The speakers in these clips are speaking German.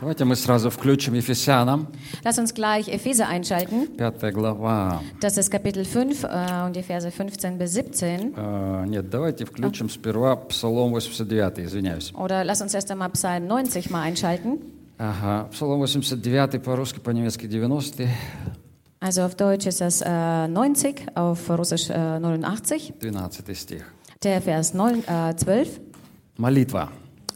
Давайте мы сразу включим Ефесянам, Lass uns gleich Epheser einschalten. 5 глава. Das ist Kapitel 5 äh, und die Verse 15 bis 17. Э, нет, давайте включим сперва Псалом 89, извиняюсь. Oder lass uns erst einmal Psalm 90 mal einschalten. Ага, Псалом 89 по-русски, по-немецки 90, Also auf Deutsch ist das äh, 90, auf Russisch äh, 89. 12 стих. Der Vers 9, äh, 12, Молитва.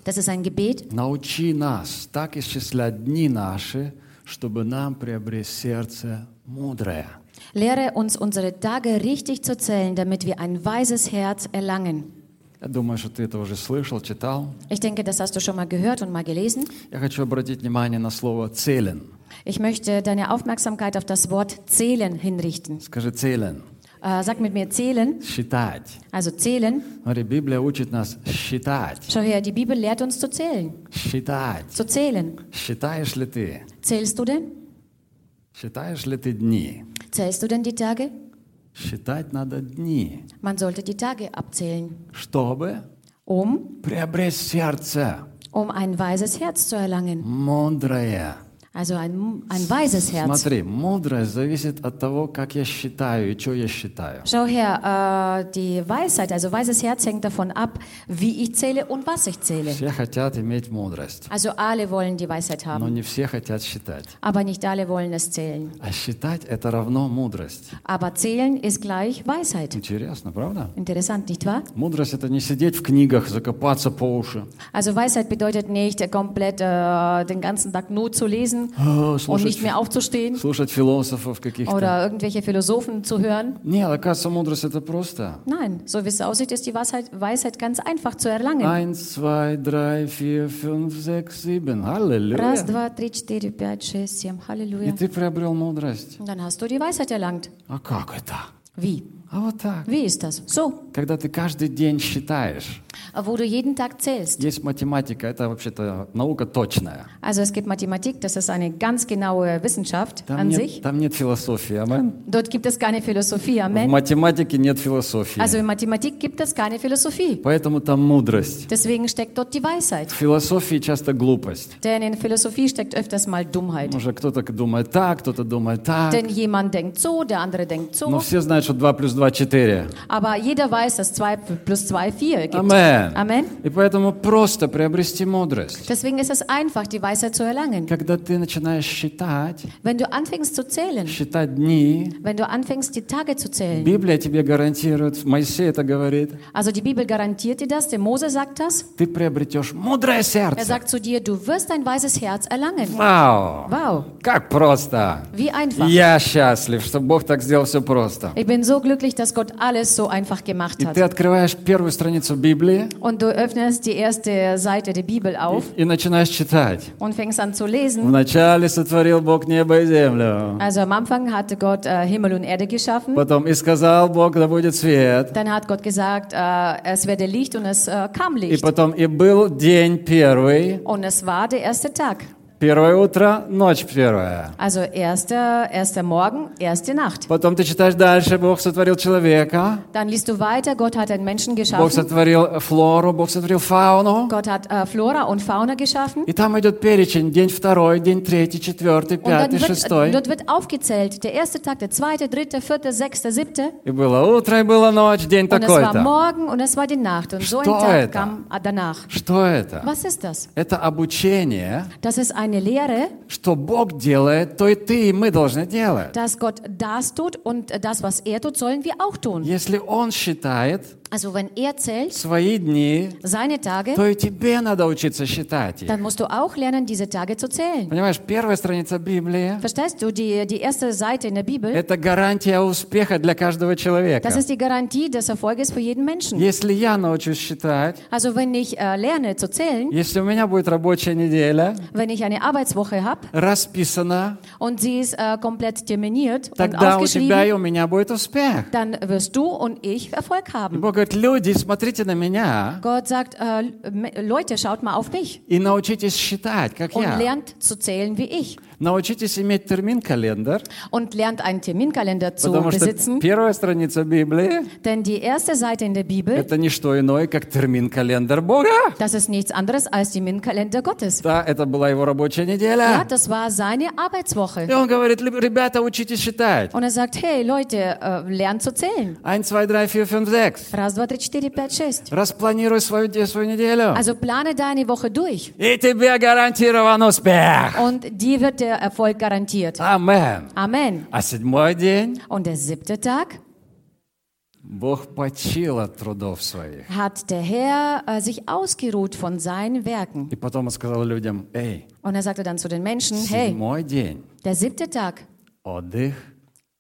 das ist ein Gebet. «Научи нас так исчислять дни наши, чтобы нам приобрести сердце мудрое». Lehre uns unsere Tage richtig zu zählen, damit wir ein weises Herz erlangen. Я думаю, что ты это уже слышал, читал. Ich denke, das hast du schon mal gehört und mal gelesen. Я хочу обратить внимание на слово «целен». Ich möchte deine Aufmerksamkeit auf das Wort zählen hinrichten. Скажи «целен». Äh, sag mit mir zählen, Считать. also zählen. Смотри, Библия учит нас считать. Schau her, die Bibel lehrt uns zu zählen. Считать. Zu zählen. Считаешь ли ты? Zählst du denn? Считаешь ли ты дни? Zählst du denn die Tage? Считать надо дни, Man sollte die Tage abzählen, чтобы um, приобрести сердце um ein weises Herz zu erlangen. мудрое. Also ein, ein weises Herz. Смотри, мудрость зависит от того, как я считаю и что я считаю. Schau her, äh, die Weisheit, also weises Herz hängt davon ab, wie ich zähle und was ich zähle. Все хотят иметь мудрость, Also alle wollen die Weisheit но haben, не все хотят считать. aber nicht alle wollen es zählen. А считать это равно мудрость. Aber zählen ist gleich Weisheit. Интересно, правда? Interessant, nicht wahr? Мудрость это не сидеть в книгах, закопаться по уши. Also Weisheit bedeutet nicht, äh, komplett äh, den ganzen Tag nur zu lesen О, und слушать, nicht mehr aufzustehen слушать философов каких-то. oder irgendwelche Philosophen zu hören. Нет, оказывается, мудрость это просто. Nein, so wie es aussieht, ist die Weisheit, Weisheit ganz einfach zu erlangen. Eins, zwei, drei, vier, fünf, sechs, sieben. Раз, Аллилуйя. два, три, четыре, пять, шесть, семь. И Halleluja. ты приобрел мудрость. Und dann hast du die Weisheit erlangt. А как это? Wie? А вот так. Wie ist das? So, Когда ты каждый день считаешь. wo du jeden Tag zählst. Есть математика, это вообще-то наука точная. Also es gibt Mathematik, das ist eine ganz genaue Wissenschaft Там an нет, sich. там нет философии, амен. Dort gibt es keine Philosophie, В Amen. математике нет философии. Also in Mathematik gibt es keine Philosophie. Поэтому там мудрость. Deswegen steckt dort die Weisheit. В философии часто глупость. Denn in Philosophie steckt öfters mal Dummheit. Уже кто-то думает так, кто-то думает так. Denn jemand denkt so, der andere denkt Но so. все знают, что 2 плюс 2 – 4. Aber jeder weiß, dass 2 plus 2 4 gibt. Амен. Amen. И поэтому просто приобрести мудрость. Deswegen ist es einfach, die Weisheit zu erlangen. Когда ты начинаешь считать, Wenn du anfängst zu zählen, считать дни, wenn du anfängst, die Tage zu zählen, Библия тебе гарантирует, Моисей это говорит, also die Bibel garantiert dir das, der Mose sagt das. ты приобретешь мудрое Er сердце. sagt zu dir, du wirst ein weises Herz erlangen. Вау! Wow, Как просто! wie einfach. Я счастлив, что Бог так сделал все просто. Ich bin so glücklich, dass Gott alles so einfach gemacht И ты hat. открываешь первую страницу Библии Und du öffnest die erste Seite der Bibel auf и начинаешь читать. und fängst an zu lesen. Вначале сотворил Бог небо и землю. Also am Anfang hatte Gott äh, Himmel und Erde geschaffen. Потом и сказал Бог, да будет свет. Dann hat Gott gesagt, äh, es werde Licht und es äh, kam И Licht. потом и был день первый, Und es war der erste Tag. первое утро, ночь первая. Also erster, erster Morgen, erste Nacht. Потом ты читаешь дальше, Бог сотворил человека, Dann liest du weiter, Gott hat einen Menschen Бог geschaffen. сотворил флору, Бог сотворил фауну. Gott hat äh, Flora und Fauna geschaffen. И там идет перечень, день второй, день третий, четвертый, Und dann пятый, wird, шестой. dort wird aufgezählt, der erste Tag, der zweite, dritte, vierte, sechste, siebte. И было утро, и была ночь, день Und es war такой-то. morgen und es war die Nacht. Und so ein Что Tag это? kam äh, danach. Что это? Was ist das? Это обучение, Das ist eine Lehre, что Бог делает, то и ты, и мы должны делать. dass Gott das tut und äh, das, was er tut, sollen wir auch tun. Если Он считает Also wenn er zählt, свои дни, seine Tage, то и тебе надо учиться считать их. dann musst du auch lernen, diese Tage zu zählen. Понимаешь, первая страница Библии Verstehst du, die, die erste Seite in der – Bibel, это гарантия успеха для каждого человека. das ist die Garantie des Erfolges für jeden Menschen. Если я научусь считать, Also wenn ich äh, lerne zu zählen, если у меня будет рабочая неделя, wenn ich eine Arbeitswoche habe расписана, und sie ist äh, komplett terminiert und тогда у тебя aufgeschrieben, и у меня будет успех. dann wirst du und ich Erfolg И haben. Бог говорит, люди, смотрите на меня Gott sagt, äh, Le- Leute, schaut mal auf mich и научитесь считать, как und я. lernt zu zählen wie ich. Научитесь иметь термин-календарь, und lernt einen Terminkalender zu потому что besitzen. первая страница Библии Denn die erste Seite in der – Bibel, это не что иное, как термин-календарь Бога. das ist nichts anderes als die Terminkalender Gottes. Да, это была его рабочая Ja, неделя. das war seine Arbeitswoche. И он говорит, «Лю- ребята, учитесь считать. Und er sagt, hey Leute, äh, lernt zu zählen. 1, 2, 3, 4, 5, 6. Раз, два, три, четыре, пять, шесть. Распланируй свою, де- свою неделю. Also plane deine Woche durch И тебе гарантирован успех. und dir wird der Erfolg garantiert. Амен. Amen. А седьмой день Und der siebte Tag Бог почил от трудов своих. hat der Herr äh, sich ausgeruht von seinen Werken. И потом он сказал людям, эй, Und er sagte dann zu den Menschen, hey, седьмой день, der siebte Tag отдых,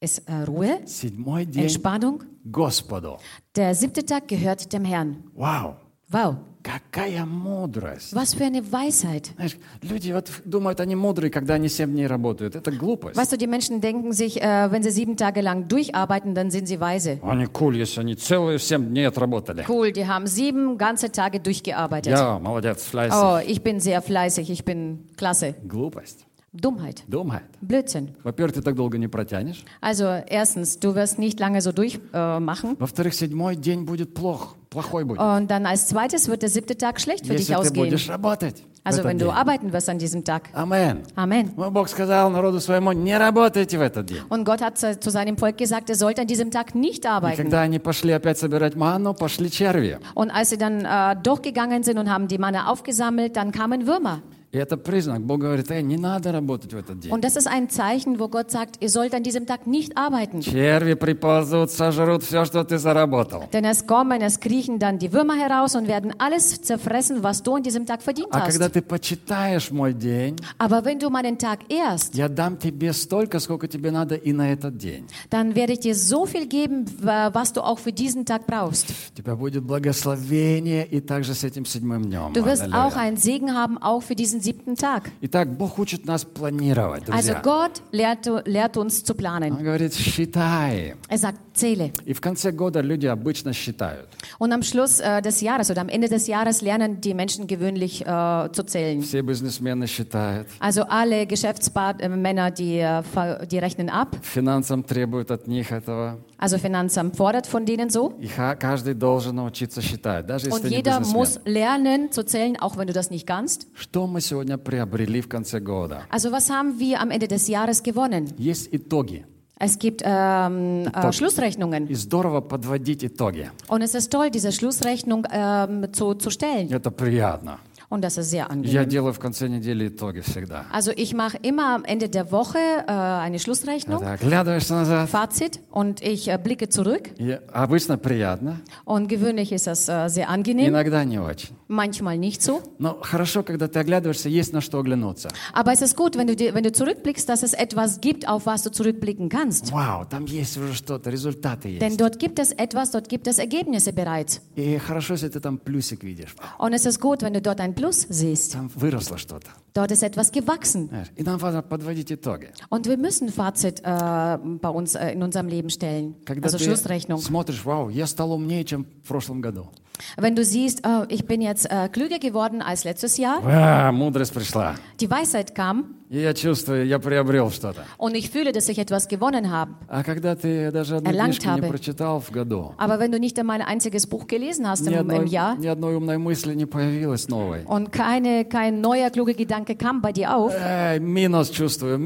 ist äh, Ruhe, седьмой день Entspannung. Господу. Der siebte Tag gehört dem Herrn. Вау, Wow, какая мудрость. was für eine Weisheit. Знаешь, люди вот думают, они мудрые, когда они семь дней работают. Это глупость. Weißt du, die Menschen denken sich, äh, wenn sie sieben Tage lang durcharbeiten, dann sind sie weise. Они куль, если они целые семь дней отработали. Cool, die haben sieben ganze Tage durchgearbeitet. Я молодец, фляйс. Oh, ich bin sehr fleißig, ich bin klasse. Глупость, Dummheit, думает. Blödsinn. Во-первых, ты так долго не протянешь. Also erstens, du wirst nicht lange so durchmachen. Äh, machen. Во-вторых, седьмой день будет плох, плохой будет. und dann als zweites wird der siebte Tag schlecht für если dich ты ausgehen. будешь работать. в Also этот wenn du день. arbeiten wirst an diesem Tag. Амен. Amen. Но Бог сказал народу своему, не работайте в этот день. Und Gott hat zu zu seinem Volk gesagt, ihr sollt an diesem Tag nicht И arbeiten. когда они пошли опять собирать ману, пошли черви. Und als sie dann äh, durchgegangen sind und haben die Manne aufgesammelt, dann kamen Würmer. И это признак. Бог говорит, эй, не надо работать в этот день. Und das ist ein Zeichen, wo Gott sagt, ihr sollt an diesem Tag nicht arbeiten. Черви приползут, сожрут все, что ты заработал. Denn es kommen, es kriechen dann die Würmer heraus und werden alles zerfressen, was du an diesem Tag verdient А когда hast. ты почитаешь мой день, Aber wenn du meinen Tag ehrst, я дам тебе столько, сколько тебе надо и на этот день. dann werde ich dir so viel geben, w- was du auch für diesen Tag brauchst. У тебя будет благословение и также с этим седьмым днем. Du wirst Аллилуйя. auch einen Segen haben, auch für diesen siebten Tag. Итак, Бог учит нас планировать, Also друзья. Gott lehrt, lehrt uns zu planen. Он говорит, считай. Er sagt, zähle. И в конце года люди обычно считают. Und am Schluss äh, des Jahres oder am Ende des Jahres lernen die Menschen gewöhnlich äh, zu zählen. Все бизнесмены считают. Also alle Geschäftsmänner, die, äh, ver- die rechnen ab. Финансам требуют от них этого. Also Finanzamt fordert von denen so. И ха- каждый должен научиться считать, даже если Und ты не jeder бизнесмен. muss lernen zu zählen, auch wenn du das nicht kannst. Что мы сегодня приобрели в конце года? Also was haben wir am Ende des Jahres gewonnen? Есть итоги. Es gibt ähm, äh, Schlussrechnungen. И здорово подводить итоги. Und es ist toll, diese Schlussrechnung ähm, zu, zu stellen. Это приятно. Und das ist sehr angenehm. Я делаю в конце недели итоги всегда. Also ich mache immer am Ende der Woche äh, eine Schlussrechnung, Это оглядываешься назад. Fazit und ich äh, blicke zurück. И обычно приятно, Und gewöhnlich ist das äh, sehr angenehm, иногда не очень. manchmal nicht so. Но хорошо, когда ты оглядываешься, есть на что оглянуться. Aber es ist gut, wenn du, dir, wenn du zurückblickst, dass es etwas gibt, auf was du zurückblicken kannst. Вау, там есть уже что-то, результаты есть. Denn dort gibt es etwas, dort gibt es Ergebnisse bereits. И хорошо, если ты там плюсик видишь. Und es ist gut, wenn du dort ein Plus siehst. Там выросло что-то. Dort ist etwas gewachsen. Знаешь, И нам важно подводить итоги. Und wir müssen Fazit äh, bei uns äh, in unserem Leben stellen. Когда Also ты Schlussrechnung. смотришь, вау, я стал умнее, чем в прошлом году. Wenn du siehst, oh, ich bin jetzt äh, klüger geworden als letztes Jahr, А, мудрость пришла. die Weisheit kam, И я чувствую, я приобрел что-то. Und ich fühle, dass ich etwas gewonnen habe. А когда ты даже одну Erlangt книжку не habe. прочитал в году, Aber wenn du nicht einmal ein einziges Buch gelesen hast ни im, im одной, Jahr ни одной умной мысли не появилась новой. und keine, kein neuer kluger Gedanke kam bei dir auf, Эй, минус чувствую, dann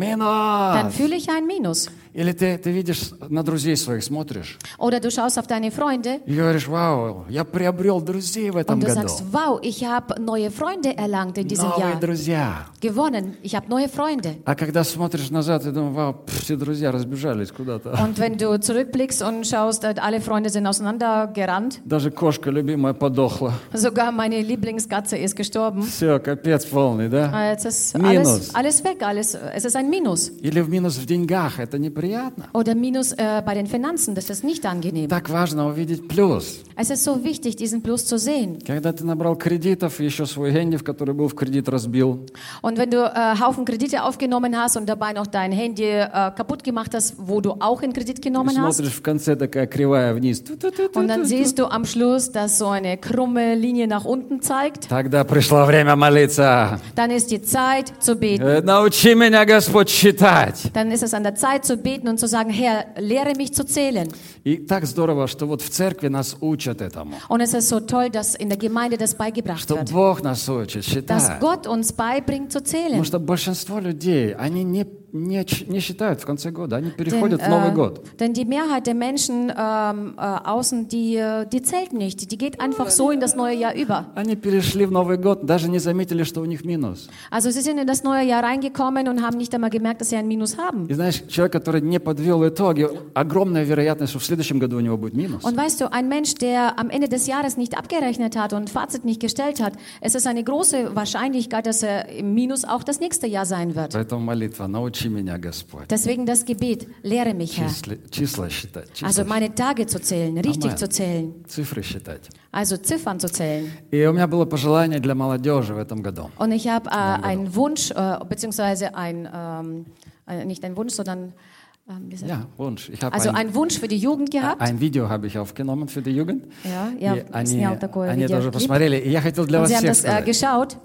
минус! fühle ich ein Minus. Или ты, ты видишь, на друзей своих смотришь Oder du schaust auf deine Freunde и говоришь, вау, я приобрел друзей в этом und du году. sagst, wow, ich habe neue Freunde erlangt in diesem Новые Jahr. друзья. Gewonnen, ich habe neue Freunde. А когда смотришь назад, и думаешь, вау, пф, все друзья разбежались куда-то. Und wenn du zurückblickst und schaust, äh, alle Freunde sind auseinandergerannt. Даже кошка любимая подохла. Sogar meine Lieblingskatze ist gestorben. Все, капец полный, да? Äh, Jetzt ist Minus. alles, alles weg, alles, äh, es ist ein Minus. Или в минус в деньгах, это неприятно. Oder Minus äh, bei den Finanzen, das ist nicht angenehm. Так важно увидеть плюс. Es ist so wichtig, diesen Plus zu sehen. Когда ты набрал кредитов, еще свой Генди, в который был в кредит, разбил. Und wenn du äh, Haufen Kredite aufgenommen hast und dabei noch dein Handy äh, kaputt gemacht hast, wo du auch einen Kredit И genommen hast, смотришь в конце такая кривая вниз. Ту-ту-ту-ту. und dann siehst du am Schluss, dass so eine krumme Linie nach unten zeigt, Тогда пришло время молиться. dann ist ist die Zeit zu beten. Э, Научи меня, Господь, считать. Dann ist es an der Zeit zu beten und zu sagen, Herr, lehre mich zu zählen. И так здорово, что вот в церкви нас учат этому. Und es ist so toll, dass in der Gemeinde das beigebracht Что wird. Бог нас учит Dass считать. Gott uns beibringt zu Потому zählen. что большинство людей, они не, не, ч- не считают в конце года, они Denn, переходят в Новый äh, год. denn die Mehrheit der Menschen ähm, äh, außen, die, äh, die zählt nicht. Die geht einfach so in das neue Jahr über. Они перешли в Новый год, даже не заметили, что у них минус. Also sie sind in das neue Jahr reingekommen und haben nicht einmal gemerkt, dass sie ein Minus haben. И знаешь, человек, который не подвел итоги, огромная вероятность, что в следующем году у него будет минус. Und weißt du, ein Mensch, der am Ende des Jahres nicht abgerechnet hat und Fazit nicht gestellt hat, es ist eine große Wahrscheinlichkeit, dass er im Minus auch das nächste Jahr sein wird. Поэтому молитва, научи меня, Господь, Deswegen das Gebet, lehre mich, Herr. числи- числа считать, числа Also meine Tage zu zählen, richtig Amen. zu zählen, считать, цифры считать. also Ziffern zu zählen. И у меня было пожелание для молодежи в этом году. Und ich habe äh, einen Wunsch, äh, beziehungsweise ein, ähm, äh, nicht ein Wunsch, sondern, ähm, wie sagt- Ja, Wunsch. Ich habe also ein, einen Wunsch für die Jugend gehabt. ein а- видео habe ich aufgenommen für die Jugend. Ja, ja, и они, снял такое они видео. тоже посмотрели. И я хотел для Und вас sie haben всех das äh, сказать. geschaut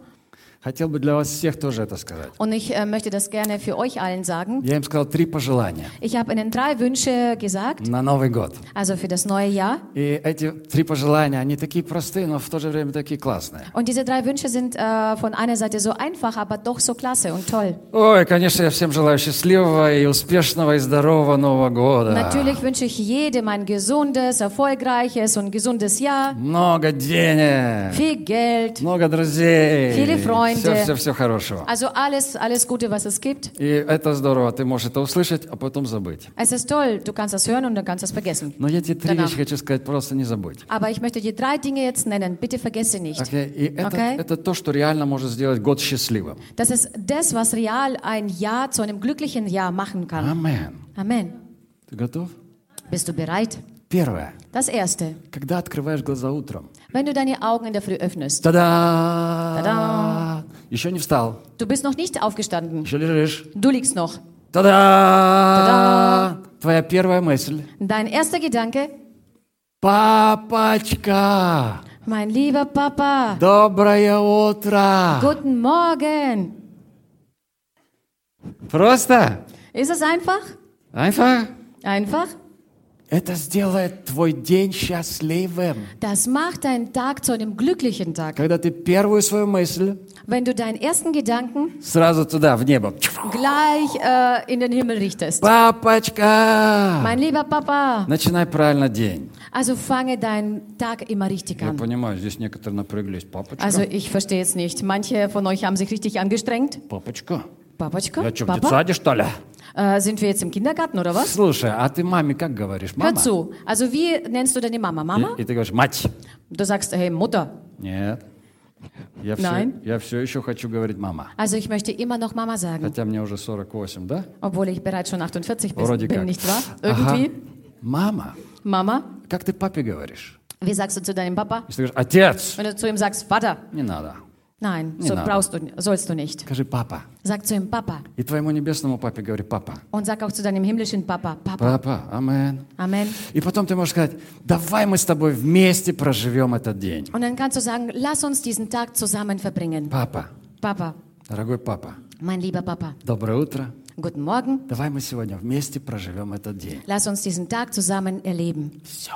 Хотел бы для вас всех тоже это сказать. und ich äh, möchte das gerne für euch allen sagen. Я им сказал три пожелания Ich habe Ihnen drei Wünsche gesagt, на Новый год. also für das neue Jahr. И эти три пожелания, они такие простые, но в то же время такие классные. Und diese drei Wünsche sind äh, von einer Seite so einfach, aber doch so klasse und toll. Ой, конечно, я всем желаю счастливого и успешного и здорового Нового года. Natürlich wünsche ich jedem ein gesundes, erfolgreiches und gesundes Jahr, Много денег, viel Geld, много друзей, Viele Freunde. все, все, все хорошего. also alles, alles Gute, was es gibt. И это здорово, ты можешь это услышать, а потом забыть. Es ist toll, du kannst das hören und dann kannst du es vergessen. Но я тебе три Да-да. вещи хочу сказать, просто не забудь. Aber ich möchte dir drei Dinge jetzt nennen, bitte vergesse nicht. Окей? И это, Окей. это то, что реально может сделать год счастливым. Das ist das, was real ein Jahr zu einem glücklichen Jahr machen kann. Амен. Amen. Ты готов? Bist du bereit? Первое. Das Erste, Когда открываешь глаза утром, wenn du deine Augen in der Früh öffnest. Та-да! Та-дам! Еще не встал. Du bist noch nicht aufgestanden. Еще лежишь. Du liegst noch. Та-да! Твоя первая мысль. Dein erster Gedanke, Папочка! mein lieber Papa, Доброе утро! guten Morgen. Просто? Ist es einfach? Einfach? Einfach? Это сделает твой день счастливым. Das macht deinen Tag zu einem glücklichen Tag. Когда ты первую свою мысль Wenn du deinen ersten Gedanken сразу туда, в небо. gleich äh, in den Himmel richtest. Папочка! Mein lieber Papa, Начинай правильно день. also fange deinen Tag immer richtig Я an. понимаю, здесь некоторые напряглись. Папочка, Also ich verstehe es nicht. Manche von euch haben sich richtig angestrengt. папочка. Papachka, Я что, в Papa, детсаде, что ли? äh, sind wir jetzt im Kindergarten oder was? Слушай, а ты маме как говоришь? Hör Мама? zu. Also wie nennst du deine Mama? Mama? И, и ты говоришь, мать. Du sagst, hey Mutter. Нет. Я все, Nein. я все еще хочу говорить мама. Also ich möchte immer noch Mama sagen, Хотя мне уже 48, да? obwohl ich bereits schon 48 bin, Вроде bin как. nicht wahr? Ага. Irgendwie. Мама, Mama, как ты папе говоришь? wie sagst du zu deinem Papa? Если ты говоришь, отец, Wenn du zu ihm sagst, Vater, не надо. nein, so Nein. brauchst du, sollst du nicht. Скажи папа. Sag zu ihm Papa И твоему небесному папе говори папа. und sag auch zu deinem himmlischen Papa, Papa. Папа, амен. Amen. И потом ты можешь сказать, давай мы с тобой вместе проживем этот день. Und dann kannst du sagen, lass uns diesen Tag zusammen verbringen. Папа, Papa, дорогой папа, mein lieber Papa, доброе утро. guten Morgen. Давай мы сегодня вместе проживем этот день. Lass uns diesen Tag zusammen erleben. Все.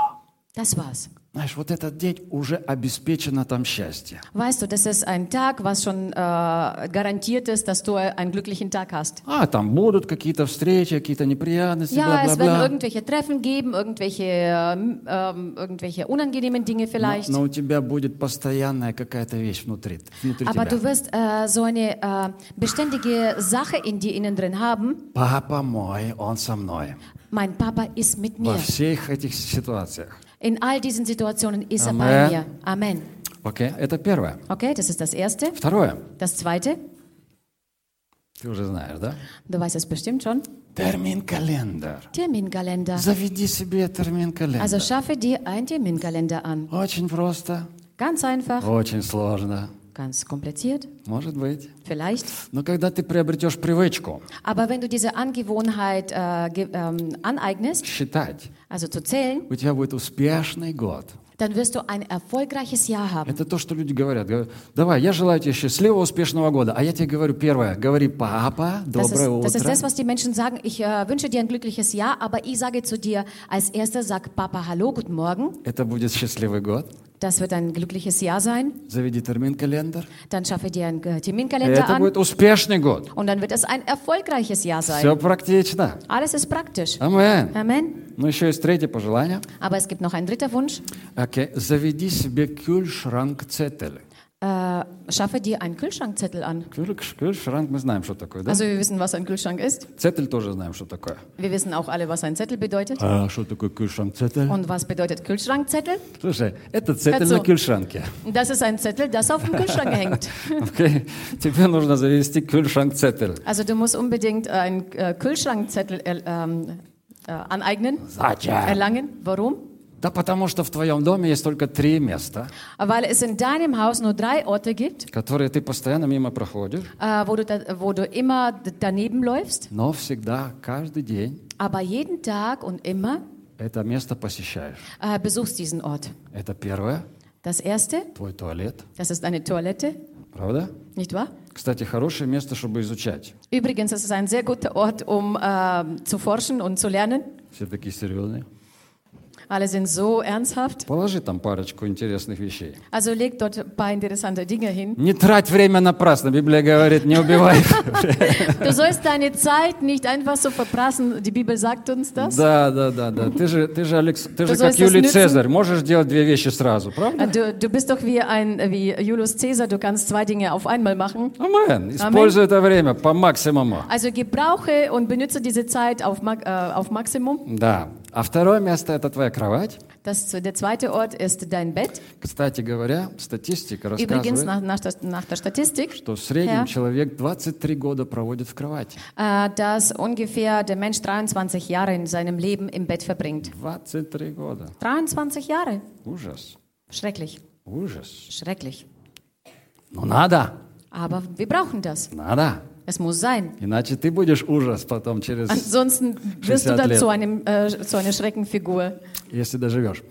Das war's. Знаешь, вот этот день уже обеспечено там счастье. Weißt du, das ist ein Tag, was schon äh, garantiert ist, dass du äh, einen glücklichen Tag hast. А, там будут какие-то встречи, какие-то неприятности, Ja, es werden бла-бла-бла. irgendwelche Treffen geben, irgendwelche, ähm, ähm, irgendwelche unangenehmen Dinge vielleicht. Но у тебя будет постоянная какая-то вещь внутри, внутри тебя. Aber du wirst äh, so eine äh, beständige Sache in dir innen drin haben. Папа мой, он со мной. Mein Papa ist mit Во mir. всех этих ситуациях. In all diesen Situationen ist Amen. er bei mir. Amen. Окей, это первое. Okay, das ist das Erste. Второе, Das Zweite, ты уже знаешь, да? du weißt es bestimmt schon, Термин-календарь. Terminkalender. Заведи себе термин-календарь. Also schaffe dir einen Terminkalender an. Очень просто, Ganz einfach, очень сложно, ganz kompliziert, может быть. vielleicht. Но когда ты приобретешь привычку Aber wenn du diese Angewohnheit äh, ge- ähm, aneignest, считать, also zu zählen, у тебя будет успешный год. dann wirst du ein erfolgreiches Jahr haben. Это то, что люди говорят. Говорят, Давай, я желаю тебе счастливого, успешного года. А я тебе говорю первое. Говори, папа, Das ist, доброе das ist утро. das, was die Menschen sagen. Ich äh, wünsche dir ein glückliches Jahr, aber ich sage zu dir, als erster sag Papa Hallo, guten Morgen. Это будет счастливый год. Das wird ein glückliches Jahr sein. Заведи термин-календарь. Dann schaffe dir einen äh, Terminkalender Это an будет успешный год. und dann wird es ein erfolgreiches Jahr sein. Все практично. Alles ist praktisch. Ah. Амен. Amen. Ну, еще есть третье пожелание. Aber es gibt noch einen dritten Wunsch. Окей. Заведи себе кюльшранкцетель. Äh, schaffe dir einen Kühlschrankzettel an. Кюльш- Кюльшранк, мы знаем, что такое, да? Also wir wissen, was ein Kühlschrank ist. Цетель тоже знаем, что такое. Wir wissen auch alle, was ein Zettel bedeutet. А что такое кюльшранкцетель? Und was bedeutet Kühlschrankzettel? Слушай, это цетель Отцу. на кюльшанке. Das ist ein Zettel, das auf dem Kühlschrank hängt. Окей. Тебе нужно завести кюльшранкцетель. Also du musst unbedingt einen äh, Kühlschrankzettel äh, ähm, äh, aneignen, Зачем? erlangen. Warum? Да потому что в твоем доме есть только три места, Weil es in deinem Haus nur drei Orte gibt, которые ты постоянно мимо проходишь, äh, wo, du da, wo du immer d- daneben läufst, но всегда, каждый день aber jeden Tag und immer это место посещаешь. äh, besuchst diesen Ort. Это первое, Das erste, твой туалет, das ist eine Toilette, правда? nicht wahr? Кстати, хорошее место, чтобы изучать. Übrigens, es ist ein sehr guter Ort, um äh, zu forschen und zu lernen. Все такие серьезные. Alle sind so ernsthaft. Положи там парочку интересных вещей. Also leg dort ein paar interessante Dinge hin. Не трать время напрасно. Библия говорит, не убивай. Du sollst deine Zeit nicht einfach so verprassen. Die Bibel sagt uns das. Да, да, да, да. Ты же, ты же, Алекс... ты же Das как heißt, das Юлий nützen- Цезарь. Можешь делать две вещи сразу, правда? Du, du bist doch wie ein wie Julius Caesar. Du kannst zwei Dinge auf einmal machen. Амен. Используй это время по максимуму. Also gebrauche und benütze diese Zeit auf, Ma- äh, auf Maximum. Да. А второе место – это твоя кровать. Das, der zweite Ort ist dein Bett. Кстати говоря, статистика Übrigens рассказывает, nach, nach, der- nach der Statistik, что в среднем Ja. человек 23 гоda проводит в кровати. äh, dass ungefähr der Mensch 23 Jahre in seinem Leben im Bett verbringt. 23 года. 23 Jahre. Ужас. Schrecklich, Ужас. schrecklich. Ну надо. Aber wir brauchen das. Надо. Es muss sein. Иначе ты будешь ужас потом А через... Ansonsten wirst du dann zu, einem, äh, zu einer Schreckenfigur, Если доживешь.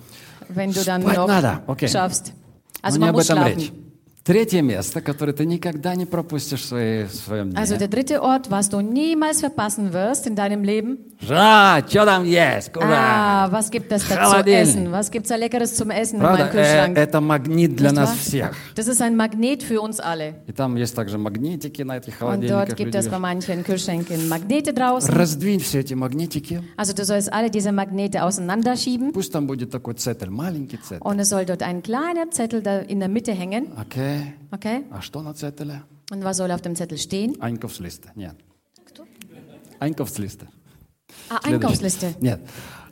wenn du dann Spät noch nada, okay. schaffst. Но Also Ну, не man об muss этом речь. schlafen. Третье место, которое ты никогда не пропустишь в, своей- в своем Also дне. der dritte Ort, was du niemals verpassen wirst in deinem Leben. Жа, что там есть? Куда? Ah, was gibt es da zu Холодильник. essen? Was gibt es da Leckeres zum Essen in Правда, meinem э, Kühlschrank? это магнит для Nicht нас wahr? всех. Das ist ein Magnet für uns alle. И там есть также магнитики на этих Und холодильниках. dort gibt люди es bei вешают. manchen Kühlschränken Magnete draußen. Раздвинь все эти магнитики. Also du sollst alle diese Magnete auseinanderschieben Пусть там будет такой цетель, маленький цетель. und es soll dort ein kleiner Zettel da in der Mitte hängen. Окей. Okay? А что на цетеле? Und was soll auf dem Zettel stehen? Einkaufsliste. Нет. Кто? Einkaufsliste. Ah, Следующий. Einkaufsliste. Нет.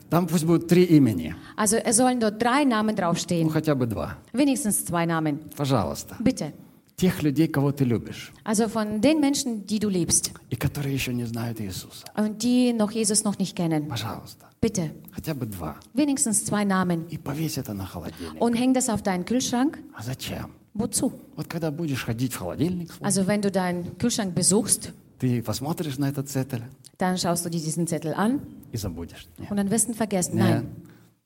Там пусть будут три имени. Also es sollen dort drei Namen Ну, draufstehen. хотя бы два. Wenigstens zwei Namen. Пожалуйста. Bitte. Тех людей, кого ты любишь. Also von den Menschen, die du liebst и которые еще не знают Иисуса. und die noch Jesus noch nicht kennen. Пожалуйста, Bitte. хотя бы два. Wenigstens zwei Namen. И повесь это на холодильник. Und häng das auf deinen Kühlschrank. А зачем? Wozu? Вот когда будешь ходить в холодильник, Also wenn du deinen Kühlschrank besuchst, ты посмотришь на этот цетель dann schaust du dir diesen Zettel an и забудешь. Нет. und dann wirst du ihn vergessen. Нет. Nein.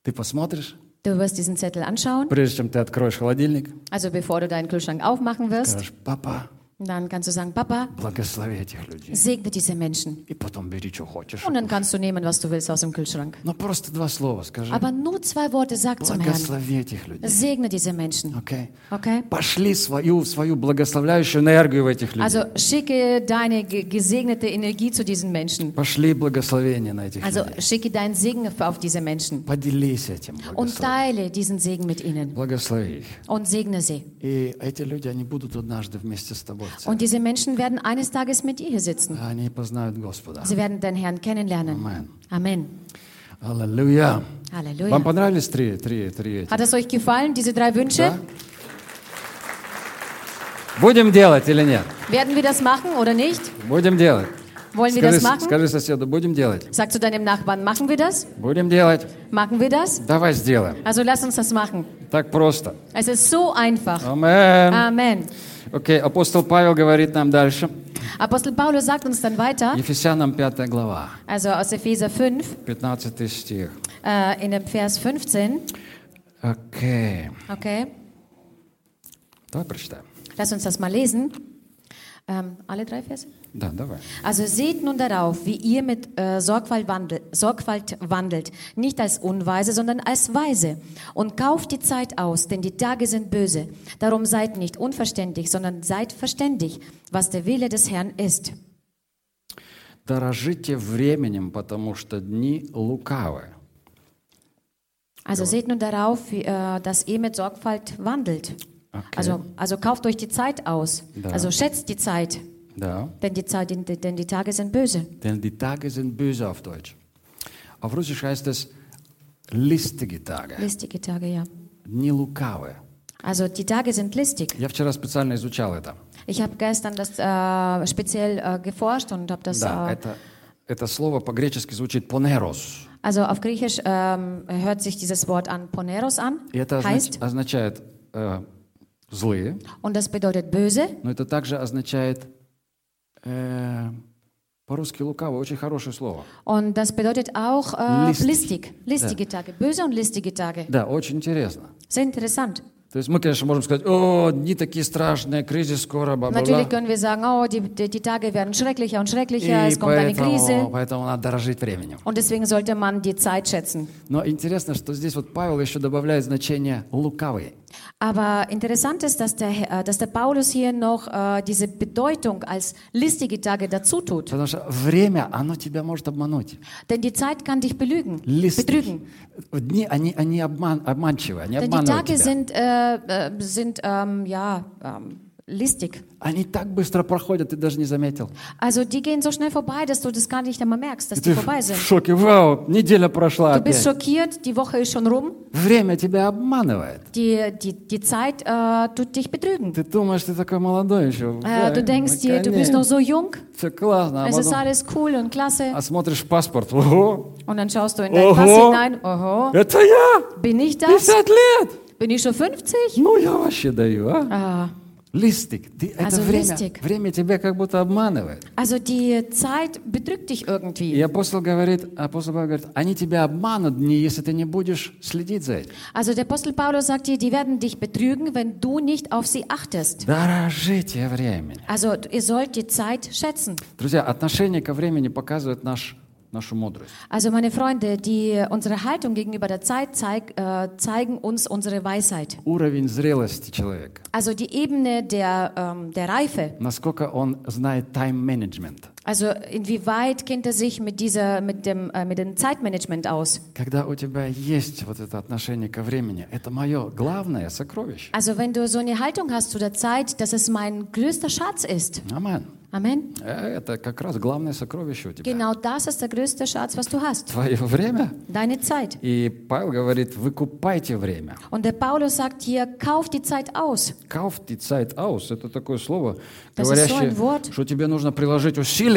Ты посмотришь, Du wirst diesen Zettel anschauen. прежде чем ты откроешь холодильник, Also bevor du deinen Kühlschrank aufmachen wirst, скажешь, папа, dann kannst du sagen, Papa, благослови этих людей. segne diese Menschen. И потом бери, что хочешь. Und dann kannst du nehmen, was du willst aus dem Kühlschrank. Но просто два слова скажи. Aber nur zwei Worte sagt zum Herrn. Благослови этих людей. Segne diese Menschen. Окей? Okay? Пошли свою, свою благословляющую энергию в этих людей. Also schicke deine ge- gesegnete Energie zu diesen Menschen. Пошли благословение на этих Also людей. schicke deinen Segen auf diese Menschen. Поделись этим. Und благослови. teile diesen Segen mit ihnen. Благослови их. Und segne sie. И эти люди, они будут однажды вместе с тобой. в церкви. Und diese Menschen werden eines Tages mit dir hier sitzen. Они познают Господа. Sie werden den Herrn kennenlernen. Амен. Amen. Аллилуйя. Вам Halleluja. понравились три, три, три эти? Hat es euch gefallen, diese drei Wünsche? Да? Будем делать или нет? Werden wir das machen oder nicht? Будем делать. Wollen wir Скажи, das machen? скажи соседу, будем делать. Sag zu deinem Nachbarn, machen wir das? Будем делать. Machen wir das? Давай сделаем. Also lass uns das machen. Так просто. Es ist so einfach. А. Амен. Amen. Окей, апостол Павел говорит нам дальше. Apostel Paulus sagt uns dann weiter, Ефесянам 5 глава, also aus Epheser 5, 15 стих. äh, in dem Vers 15, Э, Окей. Okay, Давай прочитаем. lass uns das mal lesen. Ähm, alle drei Verse? Да, давай. Also seht nun darauf, wie ihr mit äh, Sorgfalt, wandel, Sorgfalt wandelt, nicht als Unweise, sondern als Weise. Und kauft die Zeit aus, denn die Tage sind böse. Darum seid nicht unverständig, sondern seid verständig, was der Wille des Herrn ist. Дорожите временем, потому что дни лукавы. Also seht nun darauf, wie, äh, dass ihr mit Sorgfalt wandelt. Okay. Also, also kauft euch die Zeit aus. Da. Also schätzt die Zeit, Да. denn die, Zeit, denn die- denn die Tage sind böse. Denn die Tage sind böse auf Deutsch. Auf Russisch heißt es «листые Tage», Listige Tage, ja. «дни лукавы». Also die Tage sind listig. Я вчера специально изучал это. Ich habe gestern das äh, speziell äh, geforscht und habe das. Да, Äh, это, это слово по-гречески звучит «понерос». also auf Griechisch ähm, hört sich dieses Wort an Poneros an, И это означ- heißt, означает э, «злые», und das bedeutet böse. но это также означает э, по-русски «лукавый». Очень хорошее слово. Und das bedeutet auch äh, Listig. listig. Listige Tage. Böse und listige Tage. Да, очень интересно. Sehr interessant. То есть мы, конечно, можем сказать, о, дни такие страшные, кризис скоро, бла Natürlich können wir sagen, oh, die, die, die Tage werden schrecklicher und schrecklicher, И es kommt eine поэтому, Krise. поэтому надо дорожить временем. Und deswegen sollte man die Zeit schätzen. Но интересно, что здесь вот Павел еще добавляет значение «лукавый». Aber interessant ist, dass der, Herr- äh, dass der Paulus hier noch äh, diese Bedeutung als listige Tage dazu tut. Потому что время, оно тебя может обмануть. Denn die Zeit kann dich belügen, Листы. betrügen. Дни, они, они обман, обманчивы, они Denn die обманывают Tage тебя. sind, äh, äh, sind ähm, ja, ähm, listig. Они так быстро проходят, ты даже не заметил. Also die gehen so schnell vorbei, dass du das gar nicht einmal merkst, dass И ты die в vorbei в sind. шоке, вау, неделя прошла Du bist опять. schockiert, die Woche ist schon rum, Время тебя обманывает. die, die, die Zeit äh, tut dich betrügen. Ты думаешь, ты такой молодой еще. Äh, du denkst dir, du bist noch so jung, Все классно, а es ist потом- alles cool und klasse. а смотришь в паспорт, ого, Und dann schaust du in deinen Ah. Oho. Pass hinein, oho, это я, bin ich das? 50 лет, Bin ich schon 50? ну я вообще даю, а? Ah. Листик, ты- это Also время, листик. время тебя как будто обманывает. Also die Zeit betrügt dich irgendwie. И апостол говорит, апостол Павел говорит, они тебя обманут дни, если ты не будешь следить за этим. Also der Apostel Paulus sagt dir, die werden dich betrügen, wenn du nicht auf sie achtest. Дорожите времени. Also ihr sollt die Zeit schätzen. Друзья, отношение ко времени показывает наш, нашу мудрость. Also meine Freunde, die unsere Haltung gegenüber der Zeit zeig, äh, zeigen uns unsere Weisheit. Уровень зрелости человека. Also die Ebene der, ähm, der Reife. Насколько он знает тайм-менеджмент. Also inwieweit kennt er sich mit dieser mit dem äh, mit dem Zeitmanagement aus? Когда у тебя есть вот это отношение ко времени, это мое главное сокровище. Also wenn du so eine Haltung hast zu der Zeit, dass es mein größter Schatz ist. Аман. Amen. Э, Это как раз главное сокровище у тебя. Genau das ist der größte Schatz, was du hast. Твое время. Deine Zeit. И Павел говорит, выкупайте время. Und der Paulus sagt hier, kauf die Zeit aus. Kauft die Zeit aus. Это такое слово, Das ist so говорящее, ein Wort. что тебе нужно приложить усилия,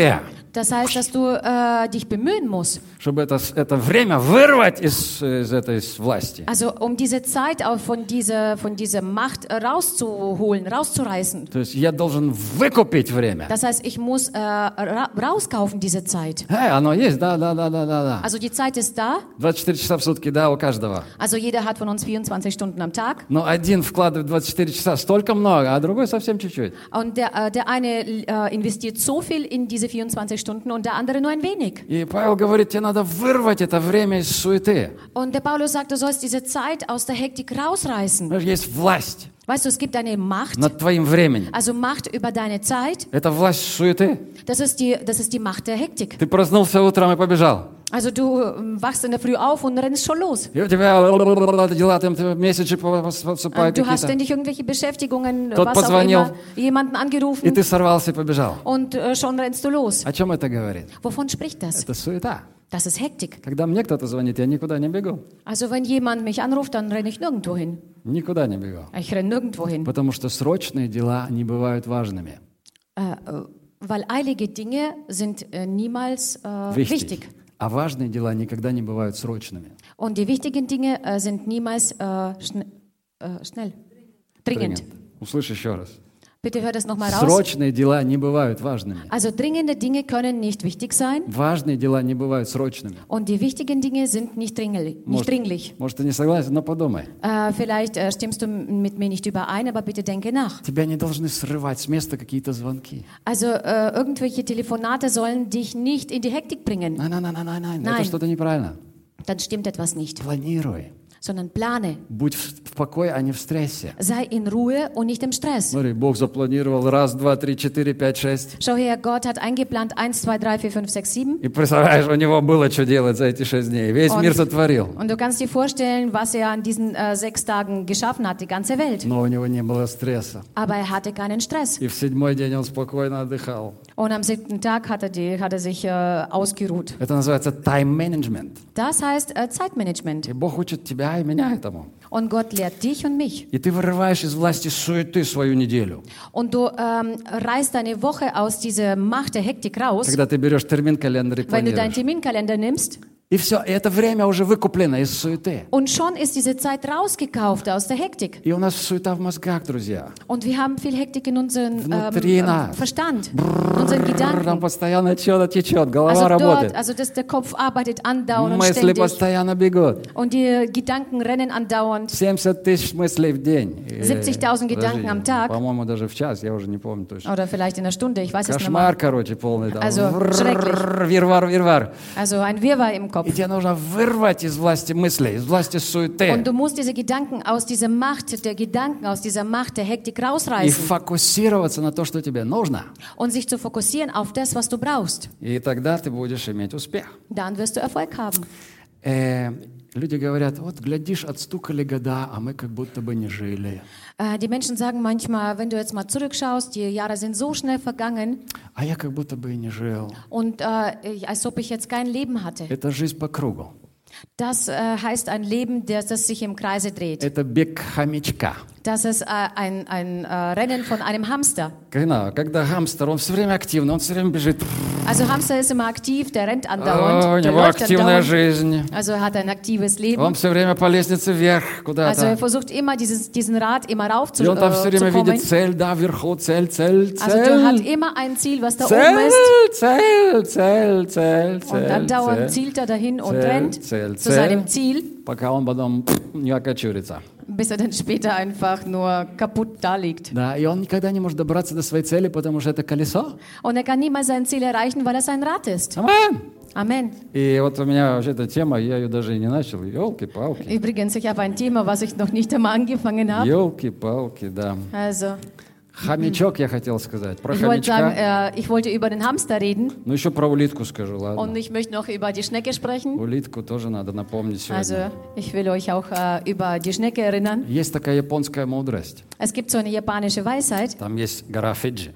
Das heißt, dass du äh, dich bemühen musst. чтобы это, с- это время вырвать из, из этой с власти. Also um diese Zeit auch von dieser, von dieser Macht äh, rauszuholen, rauszureißen. То есть я должен выкупить время. Das heißt, ich muss äh, ra rauskaufen diese Zeit. Э, оно есть, да, да, да, да, да, да. Also die Zeit ist da. 24 часа в сутки, да, у каждого. Also jeder hat von uns 24 Stunden am Tag. Но один вкладывает 24 часа столько много, а другой совсем чуть-чуть. Und der, äh, der eine äh, investiert so viel in diese 24 Stunden und der andere nur ein wenig. И Павел говорит, тебе надо вырвать это время из суеты. Und der Paulus sagt, du sollst diese Zeit aus der Hektik rausreißen. Знаешь, есть власть Weißt du, es gibt eine Macht, над твоим временем. also Macht über deine Zeit. Это власть суеты. Das ist die, das ist die Macht der Hektik. Ты проснулся утром и побежал. Also du ähm, wachst in der Früh auf und rennst schon los. И Ähm, у тебя дела, там тебе месседжи по- по- Und поступают du hast какие-то. ständig irgendwelche Beschäftigungen, Dort was auch позвонил. immer, jemanden И angerufen ты сорвался и побежал. und äh, schon rennst du los. О чем это говорит? Wovon spricht das? Это суета. Das ist Hektik. Когда мне кто-то звонит, я никуда не бегу. Also wenn jemand mich anruft, dann renne ich nirgendwo hin. Никуда не бегу. Ich renne nirgendwo hin. Потому что срочные дела не бывают важными. Äh, äh, weil eilige Dinge sind äh, niemals äh, wichtig. А важные дела никогда не бывают срочными. Und die wichtigen Dinge äh, sind niemals äh, schn äh, schnell. Dringend. Услышь еще раз. Bitte hört das nochmal raus. Срочные дела не бывают важными. Also dringende Dinge können nicht wichtig sein Важные дела не бывают срочными. und die wichtigen Dinge sind nicht, dringel- nicht dringlich. Может, ты не согласен, но подумай. Äh, vielleicht äh, stimmst du m- mit mir nicht überein, aber bitte denke nach. Тебя не должны срывать с места какие-то звонки. Also äh, irgendwelche Telefonate sollen dich nicht in die Hektik bringen. на на на на на Nein. это что-то неправильно. Dann stimmt etwas nicht. Планируй. Sondern plane. Будь в, в покое, а не в стрессе. Sei in Ruhe und nicht im Stress. Смотри, Бог запланировал раз, два, три, четыре, пять, шесть. Schau her, Gott hat eingeplant 1, 2, 3, 4, 5, 6, 7. И представляешь, у него было что делать за эти шесть дней. Весь Он- мир сотворил. Und du kannst dir vorstellen, was er an diesen äh, sechs Tagen geschaffen hat, die ganze Welt. Но у него не было стресса. Aber er hatte keinen Stress. И в седьмой день он спокойно отдыхал. Und am siebten Tag hat er, die, hat er sich äh, ausgeruht. Это называется тайм-менеджмент. Das heißt äh, Zeitmanagement. И Бог учит тебя и меня этому. Und Gott lehrt dich und mich. И ты вырываешь из власти суеты свою неделю. Und du ähm, reißt deine Woche aus dieser Macht der Hektik raus, Когда ты берешь термин, календарь и wenn du deinen планируешь. Terminkalender nimmst. И все, и это время уже выкуплено из суеты. Und schon ist diese Zeit rausgekauft aus der Hektik. И у нас суета в мозгах, друзья. Und wir haben viel Hektik in unserem Внутри ähm, нас. Verstand, unseren Бррр, Там Gedanken. постоянно что-то течет, голова Also dort, работает. also dass der Kopf arbeitet andauernd und Мысли ständig. постоянно бегут. Und die Gedanken rennen andauernd. 70 тысяч мыслей в день. Э, 70.000 подожди, Gedanken am Tag. По-моему, даже в час, я уже не помню точно. Oder vielleicht in einer Stunde, ich weiß es nicht mehr. Кошмар, короче, полный. Там. Also, Врррр, schrecklich. Вирвар, вирвар. Also ein Wirrwarr im И Kopf. тебе нужно вырвать из власти мыслей, из власти Und суеты. du musst diese Gedanken aus dieser Macht der Gedanken, aus dieser Macht der Hektik И rausreißen фокусироваться на то, что тебе нужно. und sich zu fokussieren auf das, was du brauchst. И тогда ты будешь иметь успех. Dann wirst du Erfolg haben. Э, люди говорят, вот глядишь, отстукали года, а мы как будто бы не жили. Äh, die Menschen sagen manchmal, wenn du jetzt mal zurückschaust, die Jahre sind so schnell vergangen А я как будто бы и не жил. und äh, ich- als ob ich jetzt kein Leben hatte. Это жизнь по кругу. Das äh, heißt ein Leben, das, das sich im Kreise dreht. Это бег хомячка. Das ist äh, ein, ein äh, Rennen von einem Hamster. Когда, когда хамстер, он все время активный, он все время бежит. Also Hamster ist immer aktiv, der rennt andauernd, А, у der него läuft активная andauernd. жизнь. Also er hat ein aktives Leben. Он все время по лестнице вверх Also er куда-то. versucht immer dieses, diesen Rad immer rauf zu, И он там все äh, zu время kommen. видит цель, да, вверху, цель, цель, Also der hat цель. immer ein Ziel, was da oben Цель, ist. цель, цель, цель, Und цель, andauernd цель. zielt er dahin und Zell, rennt Zell, zu Zell. seinem Ziel, Пока он потом пф, не окочурится. bis er dann später einfach nur kaputt daliegt. Да, и он никогда не может добраться до своей цели, потому что это колесо. Und er kann niemals sein Ziel erreichen, weil er sein Rad ist. Амэн. Amen. И вот у меня вообще эта тема, я ее даже и не начал. Елки-палки. Übrigens, ich habe ein Thema, was ich noch nicht einmal angefangen habe. Елки-палки, да. Also, Хомячок я хотел сказать. Про ich wollte, sagen, хомячка. äh, ich wollte über den Hamster reden Ну еще про улитку скажу, und ладно. ich möchte noch über die Schnecke sprechen. Улитку тоже надо напомнить Also, сегодня. ich will euch auch äh, über die Schnecke erinnern. Есть такая японская мудрость. Es gibt so eine japanische Weisheit, Там есть гора Фиджи.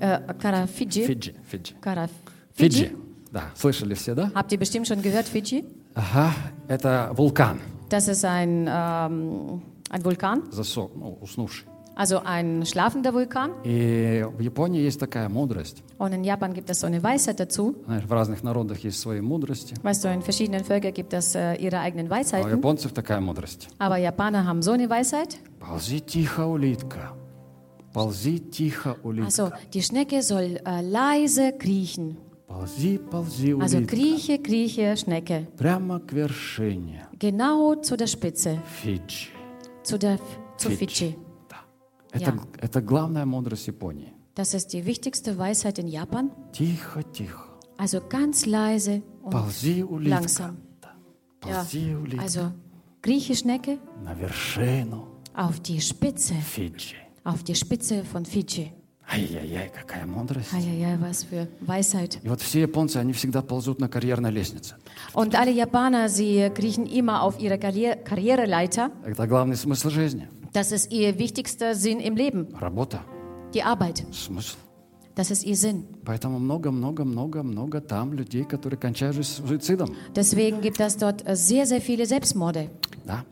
äh, Karafiji. Фиджи, Фиджи. Karaf Фиджи. Да, слышали все, да? Habt ihr bestimmt schon gehört, Fiji? Ага, это вулкан. Das ist ein, ähm, ein Vulkan, Засо, ну, уснувший. also ein schlafender Vulkan. И в Японии есть такая мудрость. Und in Japan gibt es so eine Weisheit dazu. Знаешь, в разных народах есть свои мудрости. Weißt du, in verschiedenen Völkern gibt es äh, ihre eigenen А у Weisheiten. японцев такая мудрость. Aber Japaner haben so eine Weisheit. Ползи тихо, улитка. Ползи тихо, улитка. Also, die Schnecke soll äh, leise kriechen. Ползи, ползи, Also, улитка. krieche, krieche, Schnecke. Прямо к вершине Genau zu der Spitze, Фиджи. zu der zu Fidschi. Да. Это, Я. это главная мудрость Японии. Das ist die wichtigste Weisheit in Japan. Тихо, тихо. Also ganz leise und Ползи, улитка. langsam. Да. Ja, Ползи, улитка. also Griechenschnecke На вершину auf die Spitze, Фиджи. auf die Spitze von Fidschi. Ай-яй-яй, какая мудрость. Eieiei, was für Weisheit. И вот все японцы, они всегда ползут на карьерной лестнице. Und alle Japaner, sie kriechen immer auf ihre Karriere Karriereleiter. Это главный смысл жизни. Das ist ihr wichtigster Sinn im Leben, Работа, die Arbeit. смысл. Das ist ihr Sinn. Поэтому много-много-много-много там людей, которые кончают жизнь суицидом. Deswegen gibt es dort äh, sehr, sehr viele Selbstmorde. Да.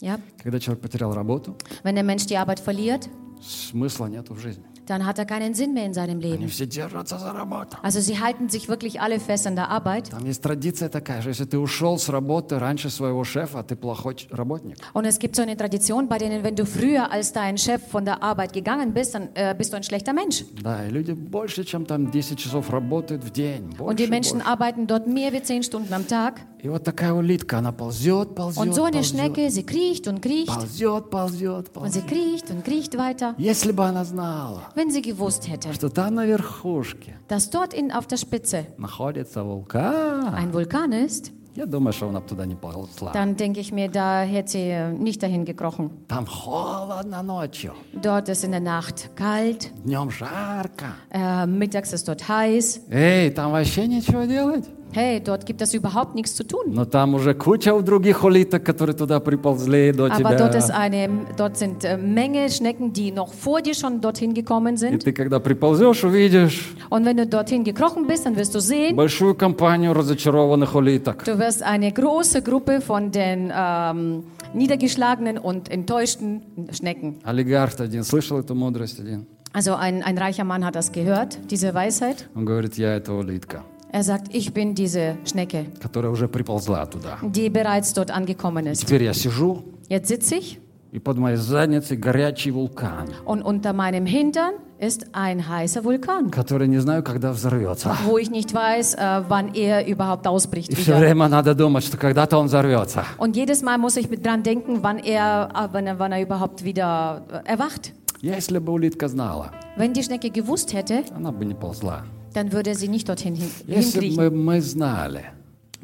Ja? Когда человек потерял работу, Wenn der Mensch die Arbeit verliert, смысла нет в жизни. dann hat er keinen Sinn mehr in seinem Leben. Они все держатся за работу. Also sie halten sich wirklich alle fest an der Arbeit. Там есть традиция такая, что если ты ушел с работы раньше своего шефа, ты плохой ч- работник. Und es gibt so eine Tradition, bei denen, wenn du früher als dein Chef von der Arbeit gegangen bist, dann äh, bist du ein schlechter Mensch. Да, и люди больше, чем там 10 часов работают в день. Und Больше, die Menschen больше. arbeiten dort mehr wie zehn Stunden am Tag. И вот такая улитка, она ползет, ползет, Und so eine ползет, Schnecke, sie kriecht und kriecht ползет, ползет, und ползет. sie kriecht und kriecht weiter. Если бы она знала, Wenn sie gewusst hätte, что там на верхушке dass dort in, auf der Spitze находится вулкан, ein Vulkan ist, я думаю, что она бы туда не ползла. dann denke ich mir, da hätte sie äh, nicht dahin gekrochen. Там холодно ночью, Dort ist in der Nacht kalt, днем жарко. äh, mittags ist dort heiß. Эй, там вообще нечего делать. Hey, dort gibt es überhaupt nichts zu tun. Но там уже куча у других улиток, которые туда приползли до Aber dort, ist тебя. eine, dort sind äh, Menge Schnecken, die noch vor dir schon dorthin gekommen И sind. ты, когда приползешь, увидишь Und wenn du dorthin gekrochen bist, dann wirst du sehen, большую компанию разочарованных улиток. du wirst eine große Gruppe von den ähm, niedergeschlagenen und enttäuschten Schnecken. Олигарх один слышал эту мудрость один. Also ein, ein reicher Mann hat das gehört, diese Weisheit. Он говорит, я это улитка, Er sagt, ich bin diese Schnecke, которая уже приползла туда. die bereits dort angekommen ist. Теперь я сижу, Jetzt sitze ich и под моей задницей горячий вулкан, und unter meinem Hintern ist ein heißer Vulkan, который не знаю, когда взорвется. wo ich nicht weiß, äh, wann er überhaupt И ausbricht. все Wieder. время надо думать, что когда-то он взорвется. Und jedes Mal muss ich mit dran denken, wann er, äh, wann er, wann er überhaupt wieder äh, erwacht. Если бы улитка знала, Wenn die Schnecke gewusst hätte, она бы не ползла. dann würde sie nicht dorthin hin Если hinkriechen. бы мы знали,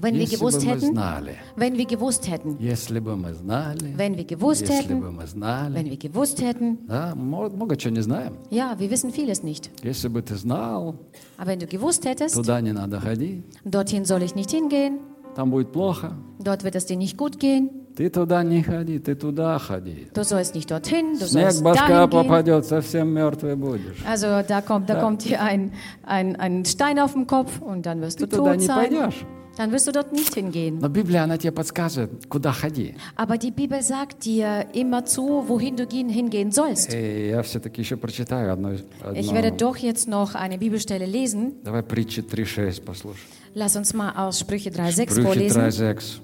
Wenn wir если бы gewusst мы hätten, знали, wenn wir gewusst hätten, если бы мы знали, wenn wir gewusst если hätten, бы мы знали. wenn wir gewusst hätten. Да, мо- много чего не знаем. Ja, wir wissen vieles nicht. Если бы ты знал, Aber wenn du gewusst hättest, туда не надо ходить, dorthin soll ich nicht hingehen, там будет плохо. dort wird es dir nicht gut gehen, Ты туда не ходи, ты туда ходи. du sollst nicht dorthin, du Снег в sollst башка dahin gehen. попадет, совсем мертвый будешь. Also da kommt, da kommt dir ein, ein, ein Stein auf den Kopf und dann wirst du Ты туда tot не sein. пойдешь. Dann wirst du dort nicht hingehen. Но Библия, она тебе подсказывает, куда ходи. Aber die Bibel sagt dir immer zu, wohin du gehen, hingehen sollst. И Э, я все-таки еще прочитаю одну. из- Ich одну. werde doch jetzt noch eine Bibelstelle lesen. Давай притчи 3.6 послушай. Lass uns mal aus Sprüche 3,6 Притчи vorlesen. 3.6.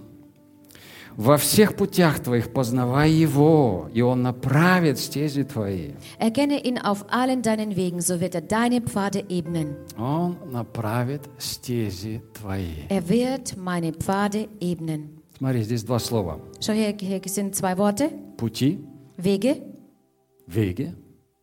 Во всех путях твоих познавай Его, и Он направит стези твои. Erkenne ihn auf allen deinen Wegen, so wird er deine Pfade ebnen. Он направит стези твои. Er wird meine Pfade ebnen. Смотри, здесь два слова. Schau her, hier sind zwei Worte: Пути, Wege веги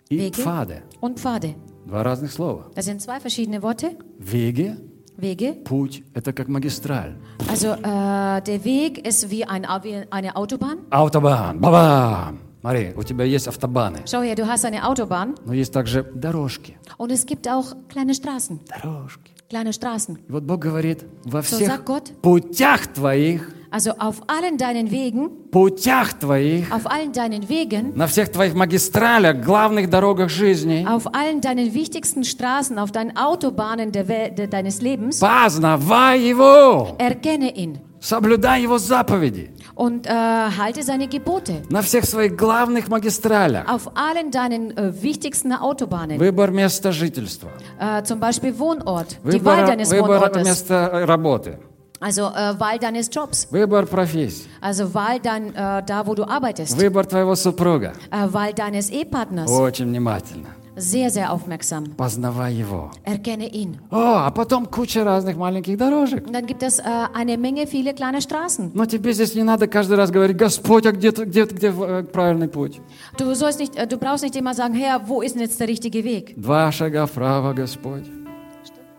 и Веги. пфады. und Pfade. Два разных слова. Das sind zwei verschiedene Worte. Веги, Wege. путь, это как магистраль. Also äh, der Weg ist wie, ein, Au- wie eine Autobahn. Автобан, бабам. Смотри, у тебя есть автобаны, Schau her, du hast eine Autobahn но есть также дорожки. und es gibt auch kleine Straßen. Дорожки. Kleine Straßen. И вот Бог говорит, во So всех sagt Gott. путях твоих, Also auf allen deinen Wegen, путях твоих, auf allen deinen Wegen, на всех твоих магистралях, главных дорогах жизни, auf allen deinen wichtigsten Straßen, auf deinen Autobahnen der Wel de deines Lebens, познавай Его, erkenne ihn соблюдай Его заповеди. und äh, halte seine Gebote. на всех своих главных магистралях. Auf allen deinen äh, wichtigsten Autobahnen, Выбор места жительства, äh, zum Beispiel Wohnort, die Wahl выбор, deines выбор Wohnortes, места э, работы, also äh, Wahl deines Jobs, выбор профессии, also Wahl dein, äh, da, wo du arbeitest, выбор твоего супруга. äh, Wahl deines Ehepartners. Очень внимательно. Sehr, sehr aufmerksam. Познавай его. Erkenne ihn. О, а потом куча разных маленьких дорожек. Und dann gibt es äh, eine Menge, viele kleine Straßen. Но тебе здесь не надо каждый раз говорить, Господь, а где, ты- где, где э, правильный путь? Du, sollst nicht, äh, du brauchst nicht immer sagen, Herr, wo ist denn jetzt der richtige Weg? Два шага вправо, Господь.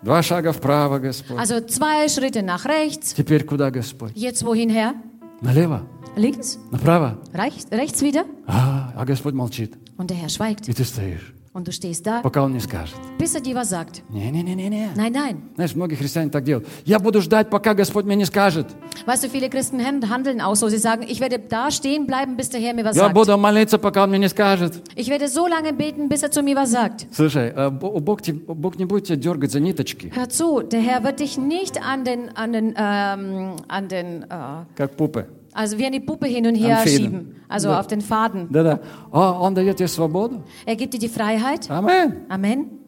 Два шага вправо, Господь. Also zwei Schritte nach rechts, Теперь куда, Господь? jetzt wohin her? Налево? Links, Направо? rechts, rechts wieder. А, а Господь молчит. Und der Herr schweigt. И ты стоишь, Und du stehst da, пока Он не скажет. bis er dir was sagt. Не-не-не-не-не. Nein, nein. Знаешь, многие христиане так делают. Я буду ждать, пока Господь мне не скажет. Weißt du, viele Christen hem- handeln auch so. Sie sagen, ich werde da stehen bleiben, bis der Herr mir was Я sagt. буду молиться, пока Он мне не скажет. Ich werde so lange beten, bis er zu mir was sagt. Слушай, э, Бо- Бог, те- Бог не будет тебя дергать за ниточки, Hör zu, der Herr wird dich nicht an den, an den, ähm, an den, äh, как пупы. Also wie eine Puppe hin und her Am Fäden. schieben, also auf den Faden. Да-да. А Он дает тебе свободу. Er gibt dir die Freiheit. Амин. Amen.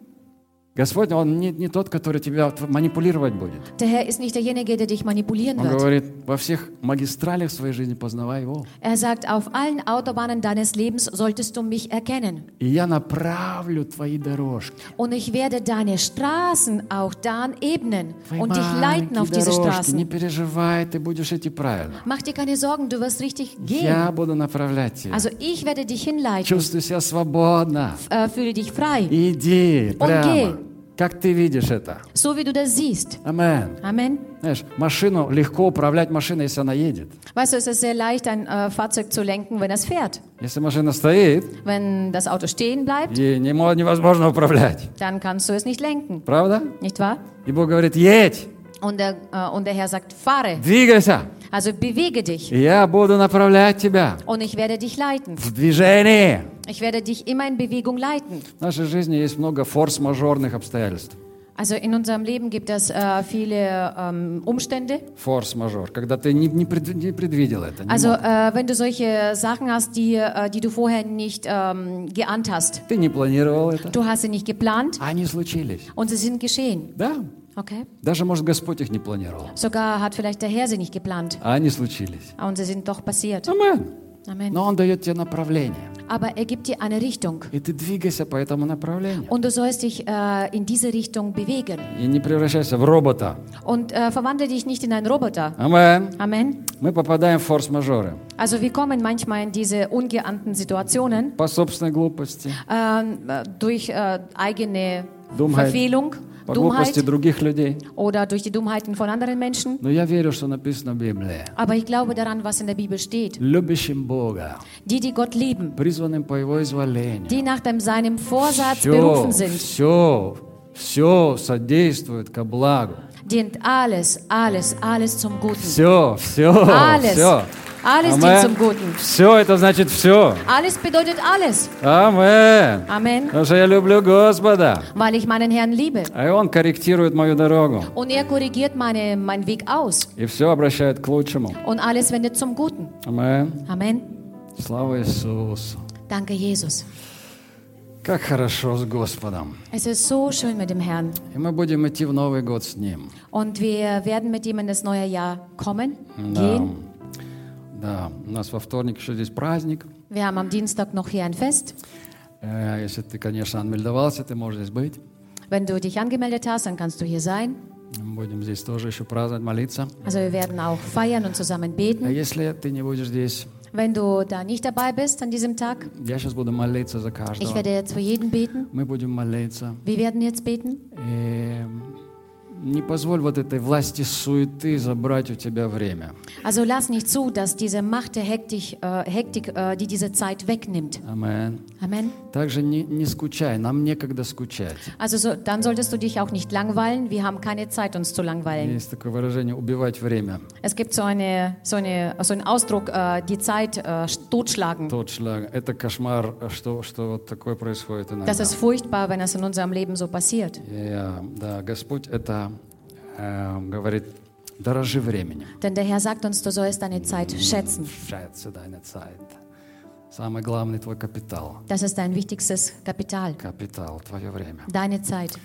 Господь, Он не, не тот, который тебя т- манипулировать будет. Der Herr ist nicht derjenige, der dich manipulieren Он wird. говорит, во всех магистралях своей жизни познавай Его. Er sagt, auf allen Autobahnen deines Lebens solltest du mich erkennen. И я направлю твои дорожки. Und ich werde deine Straßen auch dann ebnen Твои und dich leiten маленькие auf diese дорожки. Не Straßen. переживай, ты будешь идти правильно. Mach dir keine Sorgen, du wirst richtig gehen. Я буду направлять тебя. Also ich werde dich hinleiten. Чувствуй себя свободно. Äh, Fühle dich frei, Иди Он прямо. гей. Как ты видишь это? so wie du das siehst. Амен. Amen. Знаешь, машину легко управлять машиной, если она едет. Weißt du, es ist sehr leicht, ein äh, Fahrzeug zu lenken, wenn es fährt. Если машина стоит, Wenn das Auto stehen bleibt, ей не мо- невозможно управлять. dann kannst du es nicht lenken, Правда? nicht wahr? И Бог говорит, едь, Und der, äh, und der Herr sagt, fahre, двигайся, also bewege dich и я буду направлять тебя und ich werde dich leiten. в движении. Ich werde dich immer in Bewegung leiten. В нашей жизни есть много форс-мажорных обстоятельств. Also in unserem Leben gibt es äh, viele ähm, Umstände. Форс-мажор, когда ты не, не пред- не предвидел это. не Also мог. äh, wenn du solche Sachen hast, die, äh, die du vorher nicht ähm, geahnt hast. Ты не планировал это. Du hast sie nicht geplant А Они случились. und sie sind geschehen. Да, Okay? даже, может, Господь их не планировал. Sogar hat vielleicht der Herr sie nicht geplant. А они случились. Und sie sind doch passiert. Амен. Amen. Но Он дает тебе направление. Aber er gibt dir eine Richtung. И ты двигайся по этому направлению. Und du sollst dich äh, in diese Richtung bewegen. И не превращайся в робота. Und äh, verwandle dich nicht in einen Roboter. Амен. Amen. Мы попадаем в форс-мажоры. Also wir kommen manchmal in diese ungeahnten Situationen. По собственной глупости, ähm, äh, durch äh, eigene Dummheit. Verfehlung, по глупости Dummheit других людей. oder durch die Dummheiten von anderen Menschen. Но я верю, что написано в Библии. Aber ich glaube daran, was in der Bibel steht. Любящим Бога, Die, die Gott lieben, призванным по Его изволению. die nach dem seinem Vorsatz Все, berufen sind, все, все содействует ко благу. dient alles, alles, alles zum Guten. Все, все, Alles. все. Alles dient zum Guten. Все, это значит все. Alles bedeutet alles. Амен. Amen. Потому что я люблю Господа. Weil ich meinen Herrn liebe. А Он корректирует мою дорогу. Und er korrigiert meine, meinen Weg aus. И все обращает к лучшему. Und alles wendet zum Guten. Амен. Amen. Слава Иисусу. Danke, Jesus. Как хорошо с Господом. Es ist so schön mit dem Herrn. И мы будем идти в Новый год с Ним. Und wir werden mit ihm in das neue Jahr kommen, Да. gehen. Да. У нас во вторник еще здесь праздник. Wir haben am Dienstag noch hier ein Fest. Э, Если ты, конечно, анмельдовался, ты можешь здесь быть. Wenn du dich angemeldet hast, dann kannst du hier sein. Мы будем здесь тоже еще праздновать, молиться. Also wir werden auch feiern und zusammen А beten. если ты не будешь здесь, Wenn du da nicht dabei bist an diesem Tag, я сейчас буду молиться за ich каждого. werde jetzt für jeden beten. Мы будем молиться. Wir werden jetzt beten. И не позволь вот этой власти суеты забрать у тебя время. Also lass nicht zu, dass diese Macht der Hektik, äh, Hektik äh, die diese Zeit wegnimmt. Амен. Amen. Также не, не скучай, нам некогда скучать. Also so, dann solltest du dich auch nicht langweilen. Wir haben keine Zeit, uns zu langweilen. Есть такое выражение «убивать время». Es gibt so, eine, so, eine, so einen Ausdruck, äh, die Zeit äh, totschlagen. Тот шлаг. Это кошмар, что, что вот такое происходит иногда. Das ist furchtbar, wenn es in unserem Leben so passiert. И, э, да, Господь это э, говорит, дорожи временем. Denn der Herr sagt uns, du sollst deine Zeit schätzen. Schätze deine Zeit. Самый главный твой капитал. Das ist dein wichtigstes Kapital, Капитал, твое время. deine Zeit.